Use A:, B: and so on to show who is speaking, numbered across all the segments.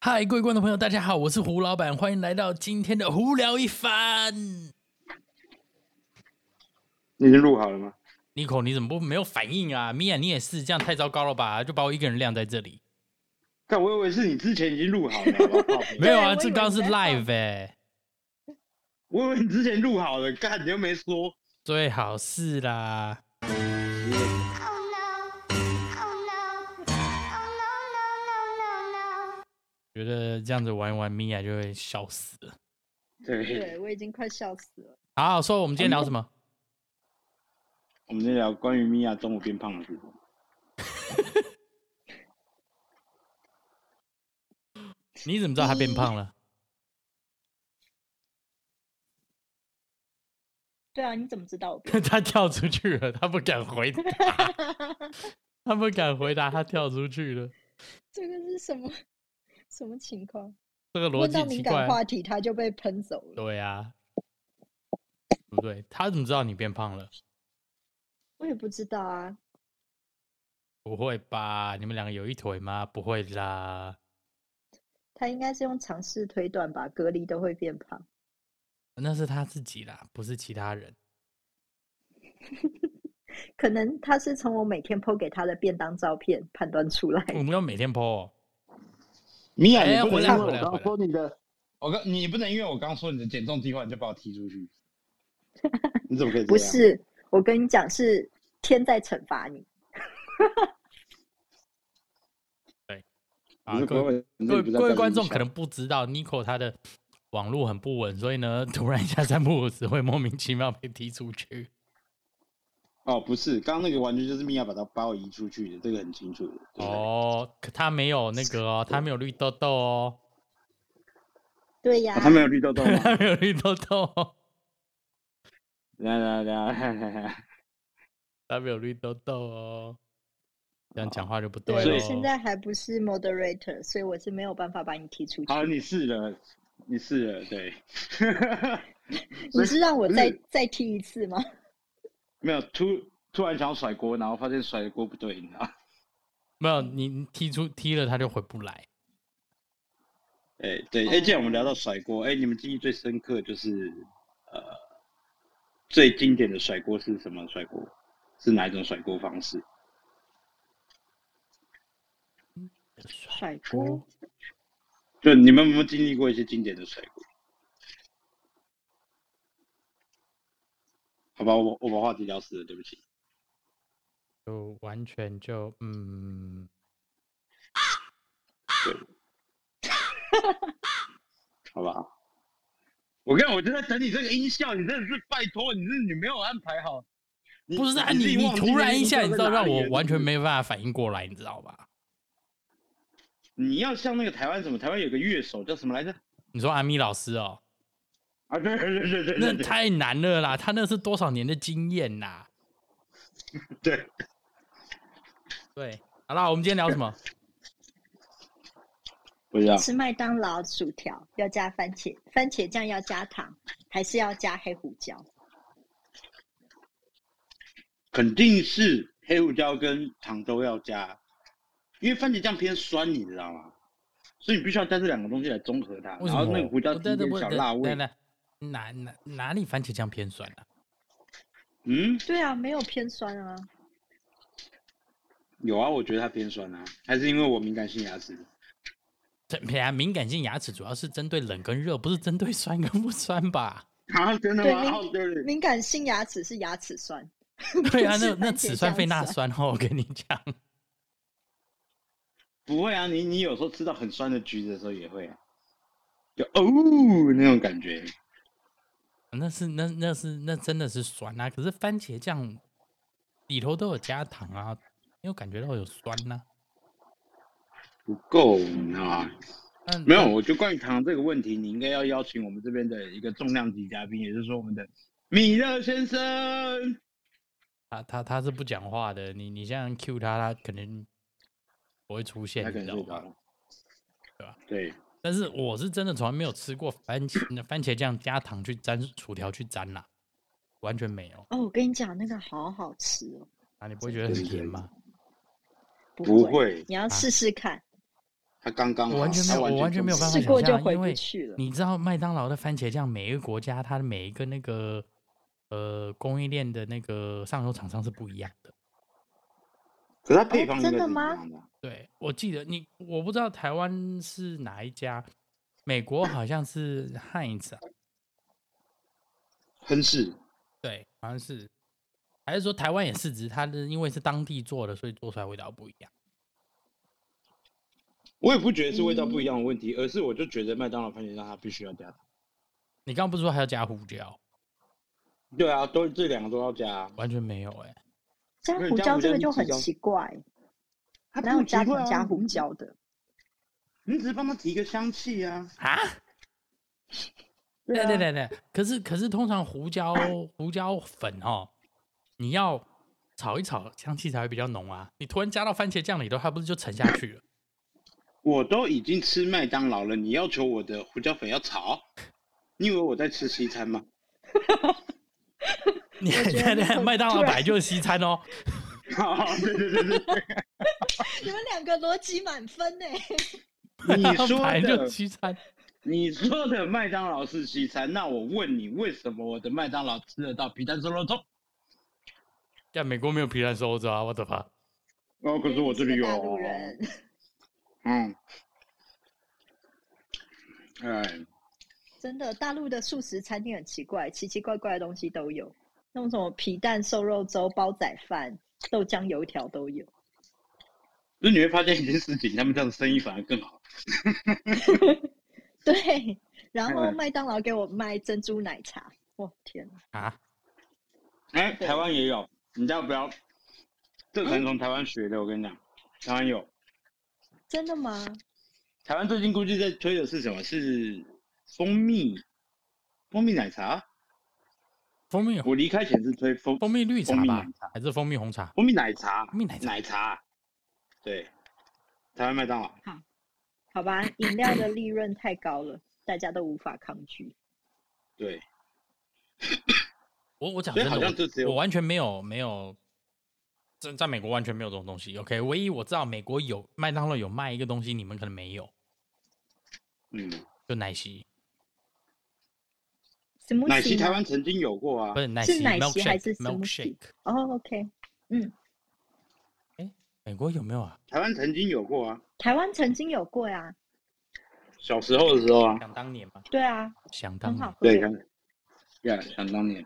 A: 嗨，各位观众朋友，大家好，我是胡老板，欢迎来到今天的胡聊一番。
B: 你已经录好了吗？
A: n i c o 你怎么不没有反应啊？米娅，你也是，这样太糟糕了吧？就把我一个人晾在这里。
B: 但我以为是你之前已经录好了，我靠！
A: 没有
C: 对我以
A: 啊，
C: 为
A: 这刚是
C: 你在放
A: live 哎、
B: 我以为你之前录好了，干你又没说。
A: 最好是啦。
D: Oh no. Oh no. Oh no, no, no, no, no.
A: 觉得这样子玩一玩，米娅就会笑死了。
B: 对，
C: 对我已经快笑死了。
A: 好，说我们今天聊什么？
B: 我们在聊关于米娅中午变胖的事情。
A: 你怎么知道她变胖了？
C: 对啊，你怎么知道我变？
A: 她跳出去了，她不敢回答， 她不敢回答，她跳出去了。
C: 这个是什么什么情况？
A: 这个逻
C: 问到
A: 辑
C: 敏
A: 奇
C: 感
A: 怪。
C: 话题，他就被喷走了。
A: 对啊，对不对？她怎么知道你变胖了？
C: 我也不知道啊，
A: 不会吧？你们两个有一腿吗？不会啦。
C: 他应该是用尝试推断吧，隔离都会变胖。
A: 那是他自己啦，不是其他人。
C: 可能他是从我每天 PO 给他的便当照片判断出来的。
A: 我们要每天 PO，、哦、
B: 米娅，
A: 哎
B: 你不
A: 回
B: 能
A: 来
B: 因为
A: 回来
B: 我刚
A: 回
B: 说你的，我刚你不能因为我刚说你的减重计划你就把我踢出去。 你怎么可以这样？
C: 不，是，我跟你讲，是天在惩罚你。
A: 啊，
B: 你是
A: 各位
B: 不会
A: 各位各位观众可。
B: 你是不是在带
A: 能不知道
B: 影响
A: n i c o 他的网络很不稳，所以呢，突然一下三不五时会莫名其妙被踢出去。
B: 哦，不是，刚刚那个完全就是米娅把他把我移出去的，这个很清楚的。对不对，
A: 哦，可他没有那个哦，他没有绿豆豆哦，
C: 对呀、
B: 哦他没有绿豆豆吗？
A: 他没有绿豆豆、哦，
B: 来来来来来来，
A: 他没有绿豆豆哦。这样讲话就不
C: 对
A: 对
B: 所
A: 了。哦
B: 以
C: 我现在还不是 moderator，所以我是没有办法把你踢出去。
B: 好，你试了，你试了，对。
C: 你是让我
B: 不是
C: 再再踢一次吗？
B: 没有突突然想要甩锅，然后发现甩的锅不对，啊你知道？
A: 没有你你踢出踢了，他就回不来。
B: 哎、对，哎、既然我们聊到甩锅，哎、你们记忆最深刻就是呃最经典的甩锅是什么甩锅？是哪一种甩锅方式？
C: 甩锅。
B: 就你们有没有经历过一些经典的甩锅？好吧，我我把话题聊死了，对不起。
A: 就完全就嗯，
B: 好吧。我看我就在等你这个音效，你真的是拜托，你是你没有安排好。你
A: 不是啊，
B: 自
A: 你
B: 己
A: 你
B: 忘记
A: 突
B: 那个
A: 然一
B: 音
A: 下，
B: 效
A: 你
B: 在
A: 知道
B: 哪
A: 让
B: 里
A: 我
B: 了
A: 完
B: 是
A: 全
B: 不是
A: 没办法反应过来，你知道吧？
B: 你要像那个台湾什么？台湾有个乐手叫什么来着？
A: 你说阿咪老师哦，
B: 啊，对对对对
A: 那
B: 对对
A: 太难了啦，他那是多少年的经验呐？
B: 对，
A: 对，好啦，我们今天聊什么？
B: 不知道。
C: 吃麦当劳薯条要加番茄，番茄酱要加糖，还是要加黑胡椒？
B: 肯定是黑胡椒跟糖都要加，因为番茄酱偏酸，你知道吗？所以你必须要加这两个东西来综合它，
A: 为
B: 然
A: 什
B: 后
A: 么？
B: 那个胡椒
A: 我
B: 提一
A: 等
B: 点
A: 我
B: 小
A: 等
B: 辣味
A: 等。等哪哪哪里番茄酱偏酸啊？
B: 嗯，
C: 对啊，没有偏酸啊。
B: 有啊，我觉得它偏酸啊，还是因为我敏感性牙齿。
A: 这哎呀，敏感性牙齿主要是针对冷跟热，不是针对酸跟不酸 吧？
B: 啊，真的
C: 对
B: 吗？
C: 敏
B: 哦，对对，
C: 敏感性牙齿是牙齿酸。
A: 对啊，那
C: 不是
A: 那
C: 番茄
A: 齿酸
C: 酱
A: 费钠
C: 酸
A: 酸哦，我跟你讲，
B: 不会啊，你你有时候吃到很酸的橘子的时候也会啊，就哦那种感觉。
A: 那是那那是那真的是酸啊！可是番茄酱里头都有加糖啊，没有感觉到有酸呐、
B: 不够，你知道吗？
A: 但
B: 没有，我觉得关于糖这个问题，你应该要邀请我们这边的一个重量级嘉宾，也就是说我们的米勒先生。
A: 他他他是不讲话的，你你现在 Q 他，他可能不会出现，
B: 他
A: 你
B: 可
A: 知
B: 能
A: 道
B: 睡着
A: 吗？
B: 了，
A: 对吧？
B: 对，
A: 但是我是真的从来没有吃过番茄番茄酱加糖去沾薯条去沾啦、完全没有
C: 哦，我跟你讲，那个好好吃哦。
A: 啊！你不会觉得很
B: 对对
A: 甜
B: 对
A: 吗？
C: 不
B: 不
A: 啊
C: 会，
B: 会
C: 你要试试看。
B: 它刚刚好
A: 我完全没有
B: 它
A: 我完全没有
B: 就
A: 办法
C: 试过
A: 想
C: 就
A: 象
C: 回
A: 因
C: 不
A: 为
C: 去了。
A: 你知道麦当劳的番茄酱，每一个国家它的每一个那个呃供应链的那个上游厂商是不一样的。
B: 可是它配方
C: 哦
B: 应该是
C: 真的
B: 一
C: 吗
B: 样的啊
A: 对，我记得你，我不知道台湾是哪一家，美国好像是 Heinz，、啊、
B: 亨氏
A: 对，好像是，还是说台湾也是，只是它的因为是当地做的，所以做出来味道不一样。
B: 我也不觉得是味道不一样的问题，
A: 嗯
B: 而是我就觉得麦当劳番茄酱它必须要加糖。
A: 你刚刚不是说还要加胡椒？
B: 对啊，都这两个都要加啊，
A: 完全没有哎、
C: 加
B: 没有
C: 胡
B: 加
C: 椒
B: 胡
C: 这
B: 椒
C: 个
B: 你
C: 就
B: 只
C: 很
B: 加
C: 奇怪，
B: 它
C: 哪有
B: 不
C: 加
B: 奇怪
C: 糖
B: 啊
C: 加胡？椒 的？
B: 你只是帮它提个香气啊。
A: 啊？
C: 啊
A: 对啊对对对，可是可是通常胡椒胡椒粉哦，你要炒一炒，香气才会比较浓啊。你突然加到番茄酱里头，它不是就沉下去了？
B: 我都已经吃麦当劳了，你要求我的胡椒粉要炒？你以为我在吃西餐吗？
A: 你
C: 我觉得你很
A: 麦当劳
C: 突
A: 本
C: 然
A: 来就是西餐 哦，
B: 好， 对对对对，
C: 你们两个逻辑满分呢。
B: 你说
A: 本来就
B: 的
A: 是西餐。
B: 你说的麦当劳是西餐，那我问你，为什么我的麦当劳吃得到皮蛋瘦肉粥？
A: 但美国没有皮蛋瘦肉粥啊，我的妈！
B: 哦，可是我这里
C: 你是
B: 有
C: 个大陆人，
B: 嗯，哎，
C: 真的，大陆的素食餐厅很奇怪，奇奇怪怪的东西都有，那种什么皮蛋瘦肉粥、煲仔饭、豆浆油条都有。
B: 就你会发现一件事情，他们这样的生意反而更好。
C: 对，然后
B: 嗯
C: 麦当劳给我卖珍珠奶茶，我天哪，
A: 啊，
B: 哎，
C: 对嗯
B: 台湾也有，你要不要？这可能从台湾学的，我跟你讲，台湾有。
C: 真的吗？
B: 台湾最近估计在推的是什么？是蜂蜜，蜂蜜奶茶。
A: 蜂蜜
B: 我离开前是推蜂
A: 蜂蜜绿茶
B: 蜂蜜
A: 吧
B: 奶茶，
A: 还是蜂蜜红茶？
B: 蜂蜜奶茶，
A: 蜂蜜奶茶
B: 奶茶。对，台湾麦当劳。
C: 好吧，饮料的利润太 高了，大家都无法抗拒。
B: 对，
A: 我我讲
B: 所以
A: 真
B: 好像
A: 的，
B: 就只
A: 我我
B: 有
A: 完全没有没有，在在美国完全没有这种东西。OK，唯一我知道美国有麦当劳有卖一个东西，你们可能没有，
B: 嗯，
A: 就奶昔，
C: 什么
B: 奶昔台湾曾经有过啊
A: 不。是奶
C: 是
A: 昔
C: 奶昔还是 smoothie？
A: milkshake？milkshake，
C: 哦，OK、o k
A: 美国有没有啊？
B: 台湾曾经有过啊，
C: 台湾曾经有过呀、
B: 小时候的时候啊，
A: 想当年嘛，
C: 对啊，
A: 想当
C: 很好
A: 年。
C: 喝。
B: 对，想，呀，想当年，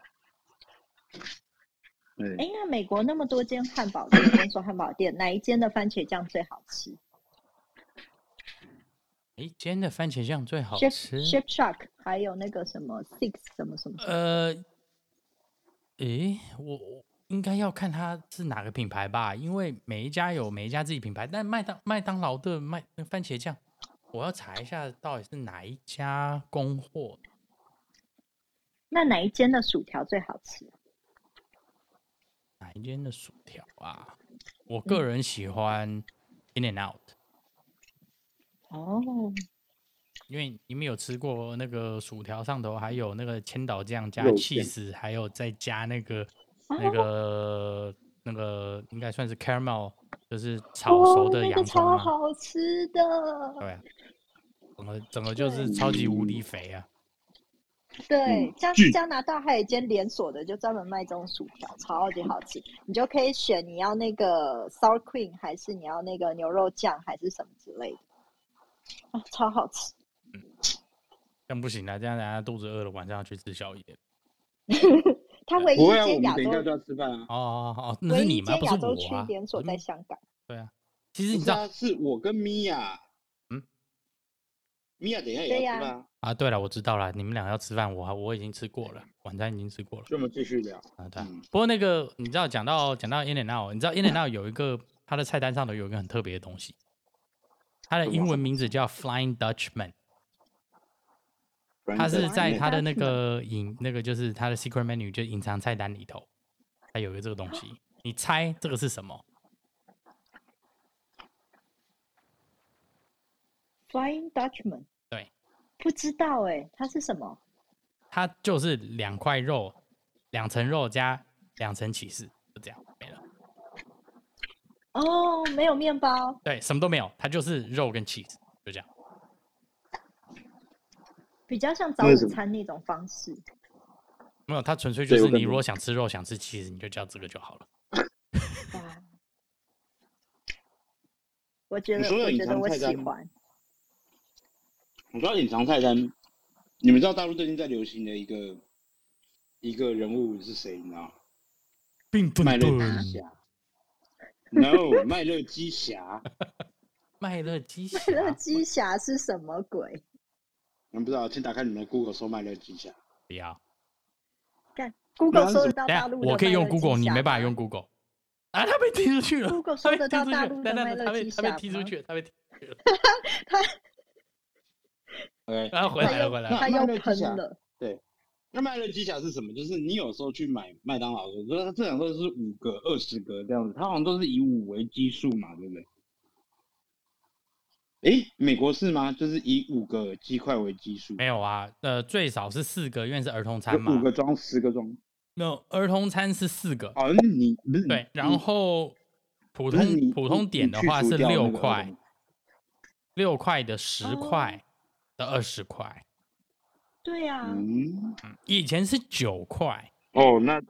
B: 对，
C: 哎，那美国那么多间汉堡店、连锁汉堡店，哪一间的番茄酱最好吃
A: 哎，今天的番茄酱最好
C: s h e f
A: 吃
C: s h。e f Shark，还有那个什么 Six 什么什么，
A: 呃，诶，我我应该要看它是哪个品牌吧，因为每一家有每一家自己品牌。但麦当麦当劳的麦那番茄酱，我要查一下到底是哪一家供货。
C: 那哪一间的薯条最好吃？
A: 哪一间的薯条啊？我
C: 嗯
A: 个人喜欢 In and Out，
C: 哦，
A: 因为你们有吃过那个薯条上头还有那个千岛酱加
B: 肉
A: 气
B: 酱
A: 死，还有再加那个那
C: 哦
A: 个那个应该算是 caramel，就是炒熟的
C: 哦那个
A: 洋葱
C: 超
A: 吗？
C: 好吃的，
A: 对啊，整个整个就是超级无敌肥啊！
C: 对
B: 嗯，
C: 加
B: 巨
C: 加拿大还有一间连锁的，就专门卖这种薯条，超级好吃。你就可以选你要那个 sour cream，还是你要那个牛肉酱，还是什么之类的，啊、超好吃。
A: 这样不行啊，这样大家肚子饿了，晚上要去吃宵夜。
C: 它唯一
B: 不会
C: 一
B: 啊，我
C: 间
B: 们
C: 亚
B: 等一下就
C: 洲，
B: 要吃饭啊。
A: 哦哦哦，那
C: 唯
A: 是
C: 一
A: 你
C: 一
A: 吗？
C: 间
A: 不是
C: 亚洲区
A: 我啊。
C: 连锁
A: 嗯
C: 在香港。
A: 对啊，其实
B: 不
A: 你知
B: 是
A: 道
B: 啊，是我跟米娅。
A: 嗯，
B: 米娅等一下也要吃
C: 对
B: 饭
C: 呀
B: 啊，
A: 啊？对了，我知道了，你们俩要吃饭，我啊我已经吃过了，晚餐已经吃过了
B: 所以我们继续聊。
A: 啊。对啊
B: 嗯
A: 不过那个你知道，讲到讲到 In and Out，你知道 In and Out 有一个它的菜单上头有一个很特别的东西，它的英文名字叫 Flying Dutchman。它是在它的那个隐那个就是它的 secret menu 就隐藏菜单里头，它有一个这个东西，你猜这个是什么？
C: Flying Dutchman。
A: 对，
C: 不知道哎、它是什么？
A: 它就是两块肉，两层肉加两层起司，就这样没了。
C: 哦，没有面包，
A: 对，什么都没有，它就是肉跟起司。就这样。
C: 比较像早
B: 那是
C: 午餐那种方式。
A: 没有，它纯粹就
B: 对
A: 是
B: 我感
A: 你如
B: 觉
A: 果想吃肉、想吃 cheese，你就叫这个就好了。
C: 哇啊我觉
B: 你
C: 得，
B: 说有
C: 我
B: 隐
C: 觉得
B: 藏
C: 我
B: 菜
C: 喜
B: 单吗
C: 欢。
B: 我说到隐藏菜单，你们知道大陆最近在流行的一个一个人物是谁？你知道吗？
A: 并不
B: 麦
A: 能
B: 乐鸡 侠。No，麦乐鸡侠，
A: 麦乐鸡 啊侠，
B: 啊
C: 那个鸡侠是什么鬼？
B: 你们不知道，请打开你们的 Google 搜麦乐鸡侠。
A: 不要。
C: 干
B: 那
C: Google
B: 是
C: 搜
B: 什
C: 得
B: 么
C: 到
A: 等一下
C: 大陆的
A: 哎我可以用
C: 麦乐鸡
A: Google，你
C: 侠
A: 没办法
C: 吗
A: 用 Google 啊！他被踢出去了。
C: Google
A: 他被
C: 搜得
A: 踢
C: 到
A: 出
C: 大
A: 去了
C: 陆
A: 等等
C: 的麦
A: 等
C: 乐
A: 他被
C: 鸡
A: 他被
C: 侠
A: 踢出
C: 吗
A: 去了，他被踢出去了，
B: OK，
A: 然后啊回
C: 他
A: 来了，
C: 又
A: 回来了。
C: 他
B: 麦
C: 又
B: 乐鸡
C: 喷
B: 侠
C: 了，
B: 那麦乐鸡侠是什么？就是你有时候去买麦当劳的时候，就是它这两个都是五个、二十个这样子，它好像都是以五为基数嘛，对不对？诶，美国是吗？就是以五个鸡块为基数，
A: 没有啊，呃，最少是四个，因为是儿童餐
B: 有
A: 嘛
B: 五。个装十个装。
A: 那儿童餐是四个，
B: 哦，那你不是
A: 对，然后普
B: 不是
A: 通
B: 你
A: 普通点的话是六块，，六块的十
C: 哦
A: 块的二十块，
C: 对呀、啊，
B: 你去除掉那个嗯，
A: 以前是九块，
B: 哦，那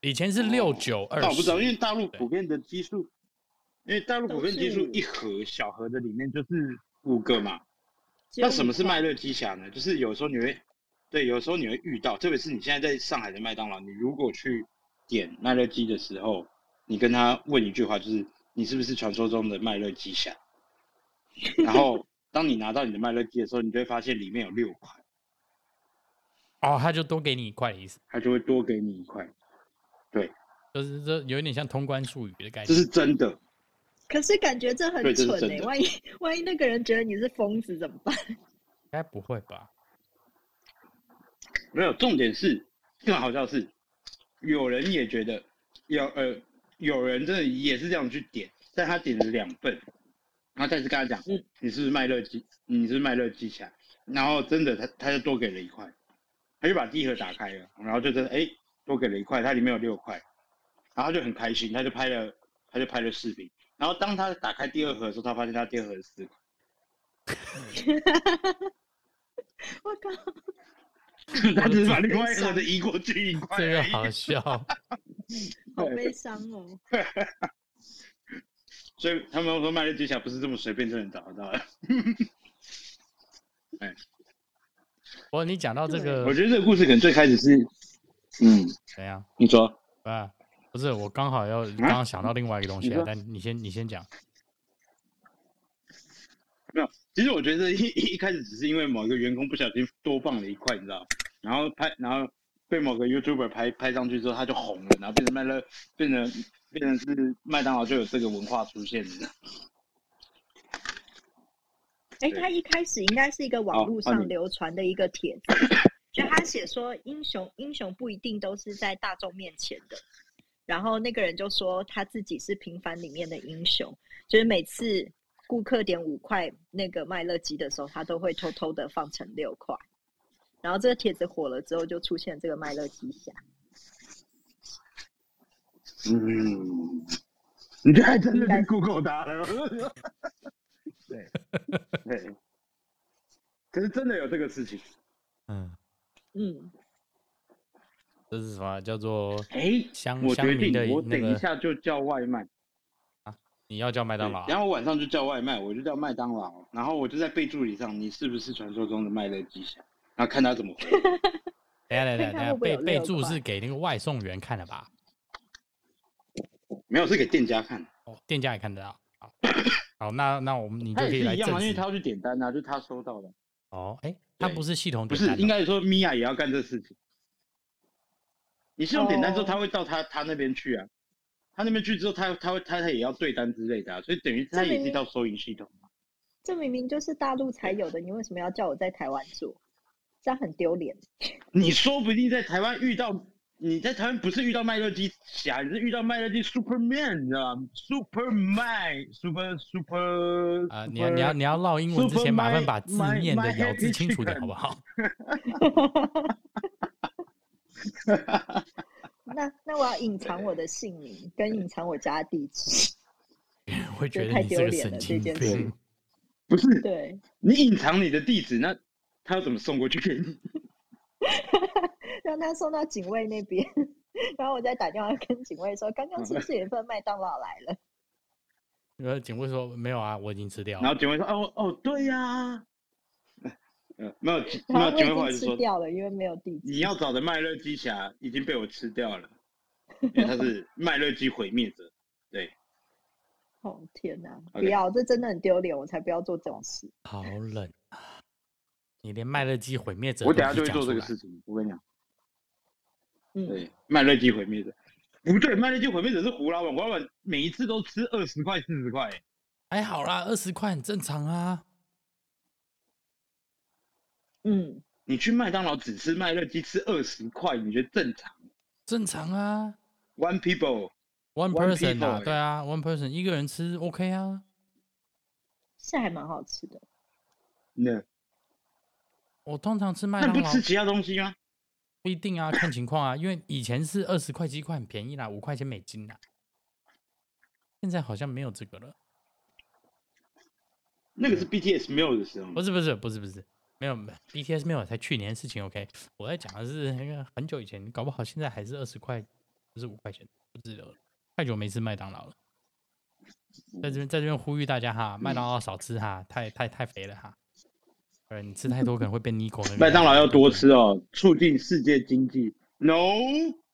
A: 以前是六九二
B: 但哦我不知道，因为
A: 十，
B: 大陆
A: 对
B: 普遍的基数，因为大陆普遍基数
C: 都是
B: 一盒小盒的里面就是五个嘛。
C: 只有
B: 那什么是
C: 五块
B: 麦乐鸡侠呢？就是有时候你会，对，有时候你会遇到，特别是你现在在上海的麦当劳，你如果去点麦乐鸡的时候，你跟他问一句话，就是你是不是传说中的麦乐鸡侠？然后当你拿到你的麦乐鸡的时候，你就会发现里面有六块，
A: 哦，他就多给你一块的意思，
B: 他就会多给你一块，
A: 就是这有点像通关术语的概
B: 这
A: 念。
B: 是真的。
C: 可是感觉这很
B: 对这是
C: 蠢
B: 真
C: 哎、
B: 的
C: 万一万一那个人觉得你是疯子怎么办？
A: 应该不会吧？
B: 没有，重点是更好笑的是，有人也觉得有呃，有人真的也是这样去点，但他点了两份，然后再次跟他讲，
C: 嗯
B: 你是不是麦乐鸡，你是不是麦乐鸡侠，然后真的他他就多给了一块，他就把第一盒打开了，然后就真的哎多给了一块，它里面有六块，然后他就很开心，他就拍了他就拍了视频，然后当他打开第二盒的时候，他发现他第二盒是四块，
C: 我靠，
B: 他只是把另外一盒的移过去一块
A: 这个
B: 而已，
A: 好
B: 哎
A: 笑，
C: 好悲伤哦！
B: 所以他们说麦乐鸡侠不是这么随便就能找得到的。
A: 不哦过你讲到这
C: 对
A: 个
B: 我，觉得这个故事可能最开始是，嗯，
A: 怎样？
B: 你说，
A: 啊，不是，我刚好要刚刚想到另外一个东西
B: 啊你
A: 啊
B: 说，
A: 但你先你先讲。
B: 其实我觉得一 一一开始只是因为某一个员工不小心多放了一块，你知道，然后拍，然后被某个 YouTuber 拍拍上去之后，他就红了，然后变成麦乐，变成变成是麦当劳就有这个文化出现了。
C: 哎、
B: 对
C: 他一开始应该是一个
B: 好
C: 网络
B: 换
C: 上
B: 你
C: 流传的一个帖子，就他写说英雄英雄不一定都是在大众面前的。然后那个人就说他自己是平凡里面的英雄，就是每次顾客点五块那个麦乐鸡的时候，他都会偷偷的放成六块。然后这个帖子火了之后，就出现这个麦乐鸡侠。
B: 嗯，你这还真的跟 Google 搭了。 对，对，可是真的有这个事情。
A: 嗯，
C: 嗯，
A: 这是什么啊叫做
B: 哎，
A: 乡
B: 我
A: 乡
B: 决
A: 民
B: 定
A: 的，
B: 我
A: 那
B: 等一
A: 个？
B: 下就叫外卖。
A: 你要叫麦当
B: 对
A: 劳啊？
B: 然后我晚上就叫外卖，我就叫麦当劳，然后我就在备注里上，你是不是传说中的麦乐鸡侠？然后看他怎么回。
A: 等一下等一下
C: 哎看看
A: 等一下，
C: 会不会
A: 备
C: 有
A: 备
C: 六
A: 注
C: 块
A: 是给那个外送员看的吧？
B: 没有，是给店家看，
A: 哦，店家也看得到。好，好，那那我们你就
B: 他
A: 可
B: 也
A: 以
B: 是
A: 来
B: 一样
A: 证
B: 啊，因为
A: 实
B: 他。要去点单啊，就是他收到的，
A: 哦，哎，他
B: 对
A: 不是系统
B: 不
A: 点
B: 是
A: 单哦，
B: 应该说米娅也要干这事情。你系统点单之后，
C: 哦
B: 他会到他他那边去啊，他那边去之后，他他会他他也要对单之类的啊，所以等于他
C: 这
B: 也
C: 明
B: 是一
C: 明
B: 套收银系统。
C: 这明明就是大陆才有的，你为什么要叫我在台湾做？这样很丢脸。
B: 你说不定在台湾遇到，你在台湾不是遇到麦乐鸡侠，你是遇到麦乐鸡 Superman，你知道吗？Superman，Super Super
A: 啊，你要你要你要唠英文之
B: Super
A: 前，麻烦
B: my-
A: 把字
B: my-
A: 面的
B: my
A: 咬字
B: happy
A: 清楚点，
B: chicken
A: 好不好？
C: 那那我要隐藏我的姓名，跟隐藏我家的地址。
A: 会觉
C: 这
A: 得
C: 太
A: 你是
C: 丢
A: 个
C: 脸
A: 神
C: 了这
A: 经
C: 件
B: 事
A: 病。
B: 不是
C: 对，
B: 你隐藏你的地址，那他要怎么送过去给你？
C: 让他送到警卫那边， 然后我再打电话跟警卫说，刚刚是不是有一份麦当劳来了？
A: 然后警卫说没有啊，我已经吃掉
B: 然
A: 了。
B: 后警卫说：“哦哦，对呀、呃，没有警没
C: 然
B: 有，
C: 后
B: 警卫后
C: 我
B: 来
C: 已
B: 就
C: 经吃
B: 说
C: 掉了，因为没有地址。
B: 你要找的麦乐鸡侠已经被我吃掉了，因为他 是麦乐鸡毁灭者。
C: 哦天哪，不
B: OK
C: 要，这真的很丢脸，我才不要做这种事。
A: 好冷啊！你连麦乐鸡毁灭者
B: 我
A: 都
B: 等下
A: 可以
B: 就会
A: 讲
B: 做这
A: 出
B: 个
A: 来
B: 事，情，我跟你讲，
C: 嗯，
B: 对，麦乐鸡毁灭者，哦不对，麦乐鸡毁灭者是胡老板，胡老板每一次都吃二十块四十块，
A: 还哎好啦，二十块很正常啊。
C: 嗯，
B: 你去麦当劳只吃麦乐鸡吃二十块，你觉得正常
A: 正常啊
B: ？One people，
A: ，one
B: One
A: person 啊，
B: people 哎
A: 对啊，one person 一个人吃 OK 啊。
C: 是还蛮好吃的。
B: 那
A: 我通常吃麦
B: 那
A: 当
B: 你不
A: 劳
B: 吃其他东西吗？
A: 不一定啊， 看情况啊，因为以前是二十块鸡块很便宜啦，五块钱美金啦。现在好像没有这个了，
B: 那个是 BTS 没有的时候，
A: 不是不是不是不是，没有 BTS 没有，才去年的事情。OK，我在讲的是那个很久以前，搞不好现在还是二十块，不是五块钱，不知道了。太久没吃麦当劳了，在这
B: 嗯
A: 边在这边呼吁大家哈，麦当劳少吃哈，太太太肥了哈。对，你吃太多可能会变 Nico 那个
B: 麦当劳要多
A: 对
B: 吃哦，促进世界经济。No，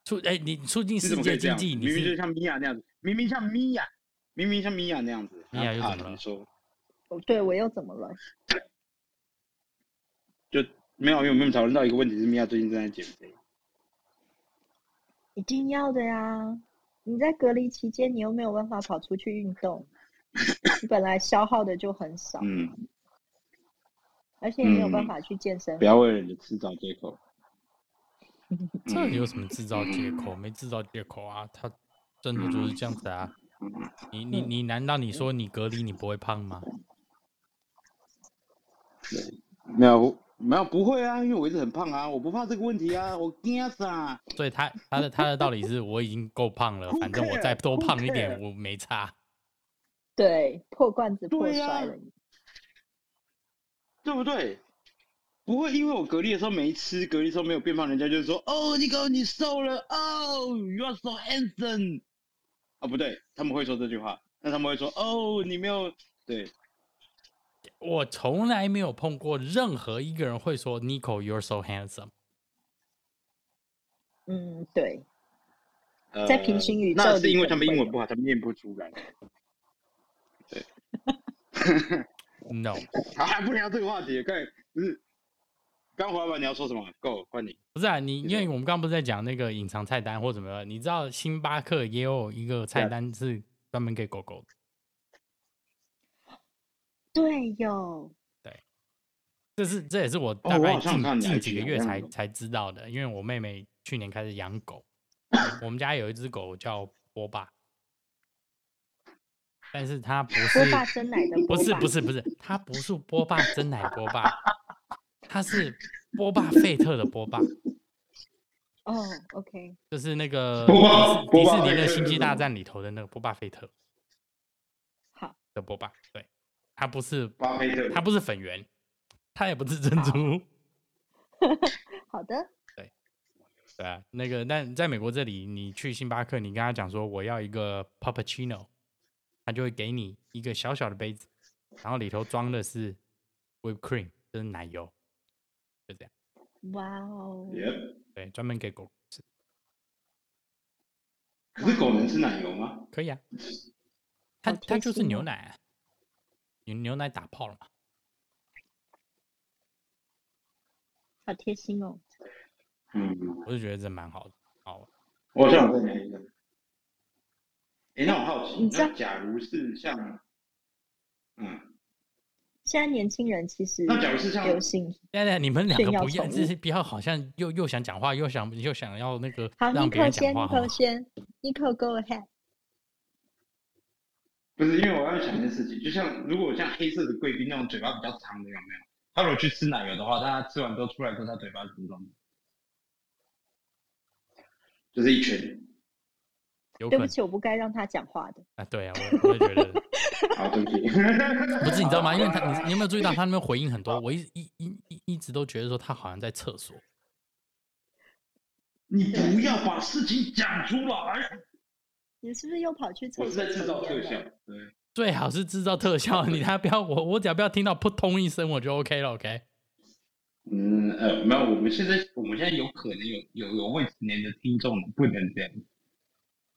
A: 促哎、你促进
B: 你
A: 世
B: 怎么可
A: 界
B: 以这
A: 经
B: 样？
A: 济，
B: 明
A: 你
B: 明就是像米娅那样子，明明像米娅，明明像米娅那样子。
A: 米娅又
B: 啊
A: 怎么了
B: 你说
C: 哦，对我又怎么了？
B: 就没有，因为我们讨论到一个问题是，米娅最近正在减肥。
C: 一定要的呀！你在隔离期间，你又没有办法跑出去运动， 你本来消耗的就很少，
B: 嗯，
C: 而且也没有办
B: 嗯
C: 法去健身
B: 不。要为了你的吃找借口。
A: 这
B: 嗯
A: 有什么制造借口？没制造借口啊，他真的就是这样子啊。
B: 嗯
A: 你你你，难道你说你隔离你不会胖吗？
B: 没有，没有，不会啊，因为我一直很胖啊，我不怕这个问题啊，我惊死啊。
A: 所以他他的他的道理是我已经够胖了，
B: Who
A: 反正我再多
B: care？Who
A: 胖一点
B: care？
A: 我没差。
C: 对，破罐子破
B: 对呀
C: 摔了你。
B: 对不对？不会，因为我隔离的时候没吃，隔离的时候没有变胖，人家就说：“哦，你哥你瘦了，哦，you are so handsome。”啊，不对，他们会说这句话，那他们会说：“哦，你没有对
A: 我从来没有碰过任何一个人会说 Nico you're so handsome。
C: 嗯，对，
B: 呃
C: 在平行宇宙
B: 那是
C: 里
B: 因为
C: 可
B: 他
C: 能
B: 们英
C: 会
B: 文
C: 有
B: 不好，他们念不出来。
A: No，
B: 好，还不聊这个话题，刚才不是刚华板你要说什么？Go，换你。
A: 不是啊，你
B: 是
A: 因为我们刚刚不是在讲那个隐藏菜单或怎么样？你知道星巴克也有一个菜
B: Yeah
A: 单是专门给狗狗的。
C: 对有，
A: 这是这也是我
B: 哦
A: 大
B: 我
A: 概
B: 好像
A: 近、
B: 看你
A: 近
B: IG
A: 几个
B: 好
A: 月
B: 像
A: 才
B: 有
A: 才知道的，因为我妹妹去年开始养狗，我们家有一只狗叫波霸，但是它不
C: 波
A: 是
C: 霸真奶的
A: 不
C: 波
A: 是
C: 霸
A: 不是不是，它不是波霸真奶波霸，它是波霸费特的波霸，
C: 哦，OK，
A: 就是那个
B: 波霸
A: 迪
B: 波
A: 士
B: 霸
A: 迪士尼
B: 费
A: 的
B: 特
A: 星际
B: 是
A: 大
B: 吗
A: 战里头的那个波霸费特
C: 好，
A: 的波霸，对，它不是
B: 巴菲特
A: 它不是粉圆，它也不是珍珠。
C: 好的，
A: 对啊，那个，但在美国这里，你去星巴克，你跟他讲说我要一个 puppuccino，他就会给你一个小小的杯子，然后里头装的是 whipped cream，就是奶油，就这样。
C: 哇哦，
B: Yep
A: 对，专门给狗吃，
B: 可是狗能吃奶油吗？
A: 可 以啊。它
C: 好
A: 它
C: 贴
A: 就是
C: 心
A: 牛
C: 哦
A: 奶、啊，牛牛奶打泡了嘛。
C: 好贴心哦，
B: 嗯，
A: 我就觉得这蛮好的，好玩
B: 我
A: 嗯
B: 想再聊一个。哎，那我好奇
C: 你，知道
B: 那假如是像，嗯。
C: 现在年轻人其实
B: 那假如是像
C: 流行，
A: 等一下啊你们两
C: 炫
A: 个
C: 耀
A: 不要，
C: 宠
A: 这
C: 物
A: 是不要，好像又又想讲话，又想又想要那个
C: 好
A: 让别人讲
C: ，Nico 先
A: 话好吗
C: ，Nico 先，Nico go ahead，
B: 不是，因为我要想一件事情，就像如果像黑色的贵宾那种嘴巴比较长的，有没有？他如果去吃奶油的话，但他吃完之后出来之后，他嘴巴是怎么装的？就是一圈。
A: 有可
C: 对不
A: 能
C: 起，我不该让他讲话的。
A: 啊，对啊，我我也觉得
B: 好，对不起。
A: 不是，你知道吗？因为他你你有没有注意到他那边回应很多？我一一一一一直都觉得说他好像在厕所。
B: 你不要把事情讲出来。
C: 你是不是又跑去厕
B: 我
C: 所？
B: 是在制造特效。，对，
A: 最好是制造特效，你他不要我，我只要不要听到扑通一声，我就 OK 了，OK。
B: 嗯呃，没有，我们现在我们现在有可能有有有未成年的听众，不能这样。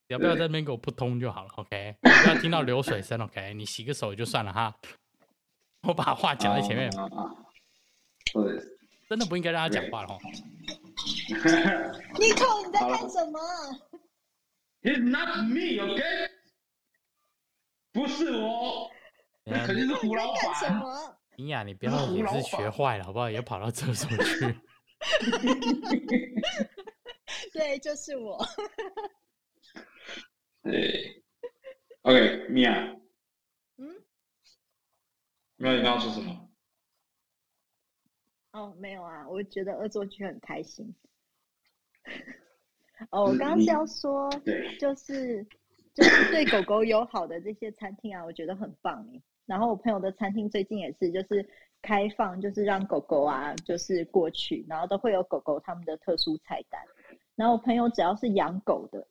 A: 只要不要在那边给我扑通就好了，OK？你不要听到流水声，OK？你洗个手就算了哈。我把话讲在前面，
B: 啊啊啊！对，
A: 真的不应该让他讲话了哦。
C: 尼克，你在
B: 好了
C: 看什么？
B: It's not me, OK？不是我，
A: 等
B: 那
A: 一
B: 肯
A: 下
B: 定是
C: 你
B: 胡
C: 在
B: 老
C: 干什
B: 板。
C: 么？
A: 米娅，哦哎你不要也是学坏了好不好？也跑到厕所去。
C: 对，就是我。
B: 对，OK，米娅。
C: 嗯。
B: 米娅，你刚刚说什么？
C: 哦，没有啊，我觉得恶作剧很开心。 哦，我
B: 嗯
C: 刚刚
B: 你
C: 是要说，
B: 对，
C: 就是就是对狗狗友好的这些餐厅啊，我觉得很棒诶。然后我朋友的餐厅最近也是，就是开放，就是让狗狗啊，就是过去，然后都会有狗狗他们的特殊菜单。然后我朋友只要是养狗的，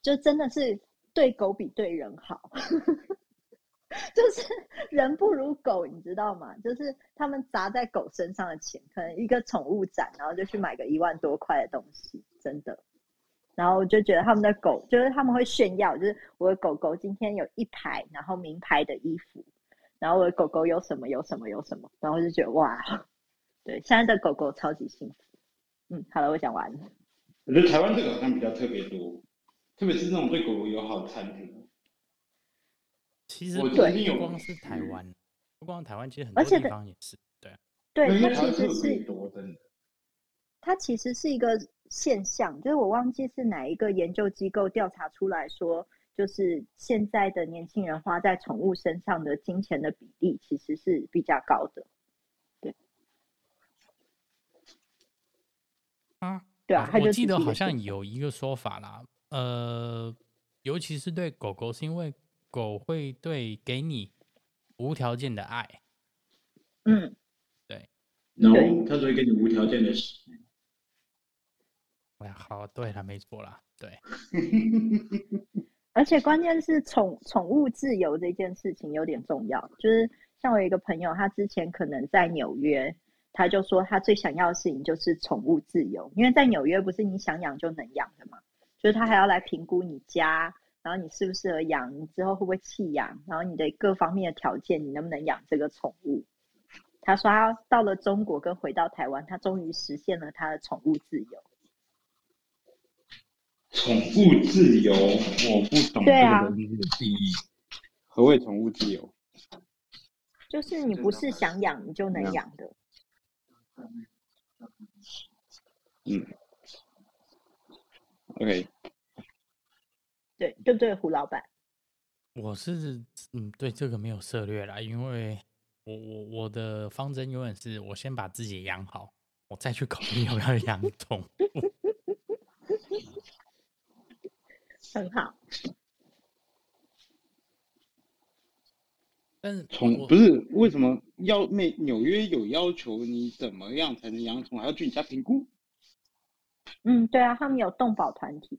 C: 就真的是对狗比对人好， 就是人不如狗，你知道吗？就是他们砸在狗身上的钱，可能一个宠物展，然后就去买个一万多块的东西，真的。然后我就觉得他们的狗，就是他们会炫耀，就是我的狗狗今天有一排，然后名牌的衣服，然后我的狗狗有什么有什么有什么，然后我就觉得哇， 对，现在的狗狗超级幸福。嗯，好了，我讲完了。
B: 我觉得台湾这个好像比较特别多，特别是那种对狗狗友好的餐厅。
A: 其实
B: 我
A: 不
B: 最近有
A: 不光是台湾，不光台湾，其实很多
C: 而且
A: 地
C: 的
A: 方也是。对，啊
C: 对，
B: 因为台
C: 它
B: 湾
C: 其实
B: 特别
C: 是
B: 多，真的。
C: 它其实是一个现象，就是我忘记是哪一个研究机构调查出来说，就是现在的年轻人花在宠物身上的金钱的比例其实是比较高的。对，
A: 啊，
C: 对啊，他
A: 我
C: 就
A: 记
C: 只
A: 得
C: 是一
A: 好
C: 个现
A: 像有一个说法啦，呃，尤其是对狗狗，是因为狗会对给你无条件的爱。
C: 嗯，
B: No，
C: 对
B: 他只会给你无条件的。
A: 哎呀，好，对了，没错啦，对，
C: 而且关键是宠宠物自由这件事情有点重要，就是像我有一个朋友，他之前可能在纽约，他就说他最想要的事情就是宠物自由，因为在纽约不是你想养就能养的嘛，就是他还要来评估你家，然后你适不适合养，你之后会不会弃养，然后你的各方面的条件，你能不能养这个宠物。他说他到了中国跟回到台湾，他终于实现了他的宠物自由。
B: 宠物自由，我不懂
C: 对啊
B: 东西的定义。何谓宠物自由？
C: 就是你不是想养你就能养的。
B: 嗯，OK，
C: 对对不对，胡老板？
A: 我是嗯对这个没有涉略啦，因为我我我的方针永远是我先把自己养好，我再去考虑要不要 养宠。
C: 很好，
A: 但是
B: 宠
A: 我
B: 不是为什么要美纽约有要求你怎么样才能养宠，还要去你家评估？
C: 嗯，对啊，他们有动保团体，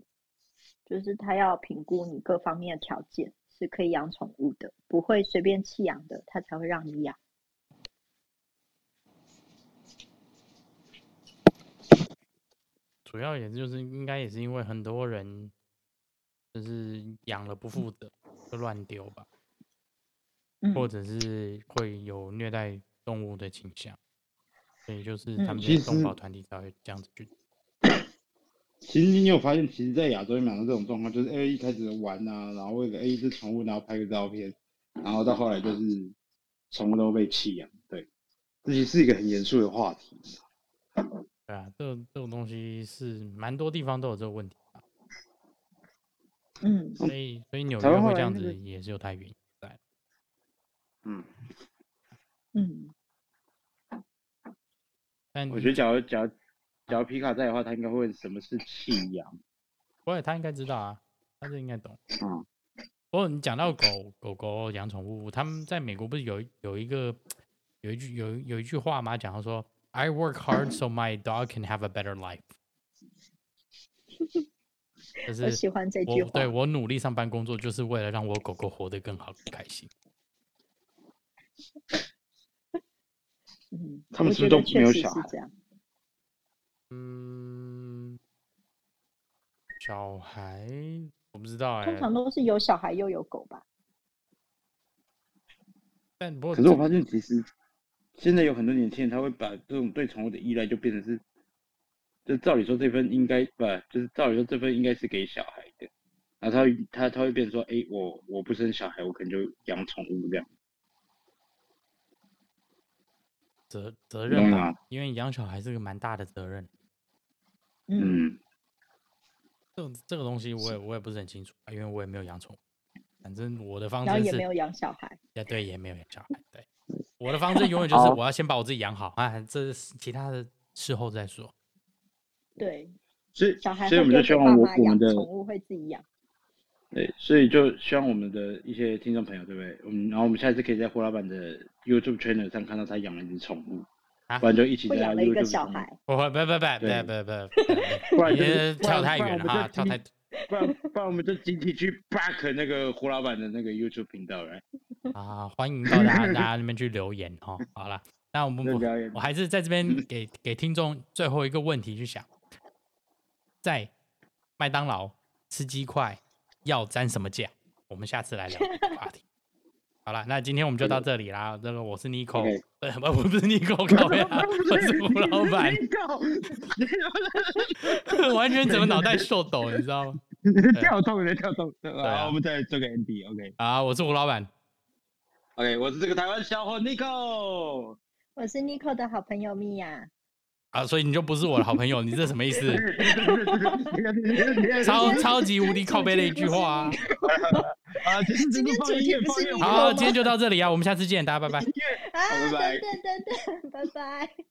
C: 就是他要评估你各方面的条件是可以养宠物的，不会随便弃养的，他才会让你养。
A: 主要也就是应该也是因为很多人就是养了不负责就乱丢吧，
C: 嗯，
A: 或者是会有虐待动物的倾向，所以就是他
C: 嗯
A: 们
B: 其
A: 这些动保
B: 实
A: 团体才会这样子去。
B: 其实你有发现，其实，在亚洲养的这种状况，就是 A 一开始玩啊，然后为了 A 一只宠物，然后拍个照片，然后到后来就是宠物都被弃养。对，这其实是一个很严肃的话题。
A: 对啊，这这种东西是蛮多地方都有这个问题吧。
C: 嗯，
A: 所以所以纽
B: 台
A: 约
B: 湾后
A: 会这
B: 来
A: 样
B: 那
A: 子
B: 个
A: 也是有它原因在。
B: 嗯，
C: 嗯，
A: 但
B: 我觉得，假如假如假如皮卡在的话，他应该会问什么是弃养。
A: 不会，他应该知道啊。他这应该 懂。
B: 嗯，
A: 不过你讲到狗狗狗养宠物，他们在美国不是有一有一个有一句有有一句话吗？讲到说，I work hard so my dog can have a better life。就
C: 我
A: 是
C: 喜欢这句
A: 我
C: 话。
A: 对我努力上班工作，就是为了让我狗狗活得更好、更开心。
C: 嗯，
B: 他们
C: 我
B: 是不是
C: 觉
B: 都
C: 得确
B: 没有
C: 实
B: 小
C: 是
B: 孩
C: 这样。
A: 嗯，小孩我不知道哎、
C: 通常都是有小孩又有狗吧？
A: 但不过
B: 可是我
A: 这
B: 发现，其实现在有很多年轻人，他会把这种对宠物的依赖就变成是，就照理说这份应该不，就是照理说这份应该是给小孩的，然后他会他他会变成说，哎、我我不生小孩，我可能就养宠物这样。
A: 责责
B: 懂
A: 任
B: 了
A: 吧
B: 吗，
A: 因为养小孩是个蛮大的责任。
C: 嗯，
B: 嗯，
A: 这种这个东西我也我也不是很清楚，啊因为我也没有养宠物。反正我的方
C: 然后
A: 针
C: 也
A: 是
C: 没，有养小孩。
A: 也对，也没有养小孩。对，我的方针永远就是
B: 好
A: 我要先把我自己养好啊，这是其他的事后再说。
C: 对，
B: 所以
C: 小孩
B: 所以我
C: 会
B: 们就希
C: 丢给
B: 望
C: 爸
B: 我
C: 妈
B: 我们
C: 养，
B: 的
C: 宠物会自己养。
B: 对，所以就希望我们的一些听众朋友，对不对？我们然后我们下次可以在霍老板的 YouTube channel 上看到他养了一只宠物，
A: 啊
B: 不然就一起
C: 我
B: 在他
C: 养了一个
B: YouTube
C: 小
B: 上面。
C: 孩，
A: 不会，不不不
B: 对
A: 不不
B: 不
A: 不，
B: 然就
A: 别
B: 是不
A: 跳
B: 然
A: 太
B: 不然
A: 远
B: 我
A: 了
B: 们
A: 哈，
B: 就
A: 跳
B: 集
A: 太
B: 不然不然我们就集体去 back 那个胡老板的那个 YouTube 频道来。
A: 啊！欢迎到大家大家那边去留言哦。好啦，那我们
B: 那
A: 我
B: 留言
A: 我还是在这边给给听众最后一个问题去想，在麦当劳吃鸡块要沾什么酱？我们下次来聊这个话题。好了，那今天我们就到这里啦。这个我是 Nico，
B: OK
A: 呃不我不是 Nico，靠呀，我是吴老板，完全整个脑袋受抖，你知道吗？
B: 跳动的跳动的，
A: 啊
B: 好，我们再做个 ND。OK
A: 啊，我是吴老板，
B: OK，我是这个台湾小伙 Nico。
C: 我是 Nico 的好朋友米娅。
A: 啊，所以你就不是我的好朋友，你这什么意 思？超
B: 超
A: 超级无敌靠背的一句话啊！
B: 啊！今
C: 今天主题不是
B: 音乐
C: 你
A: 好，
C: 好
A: 今天就到这里啊，我们下次见，大家拜拜。
C: 啊，
B: 好拜拜
C: 等等等等，拜拜。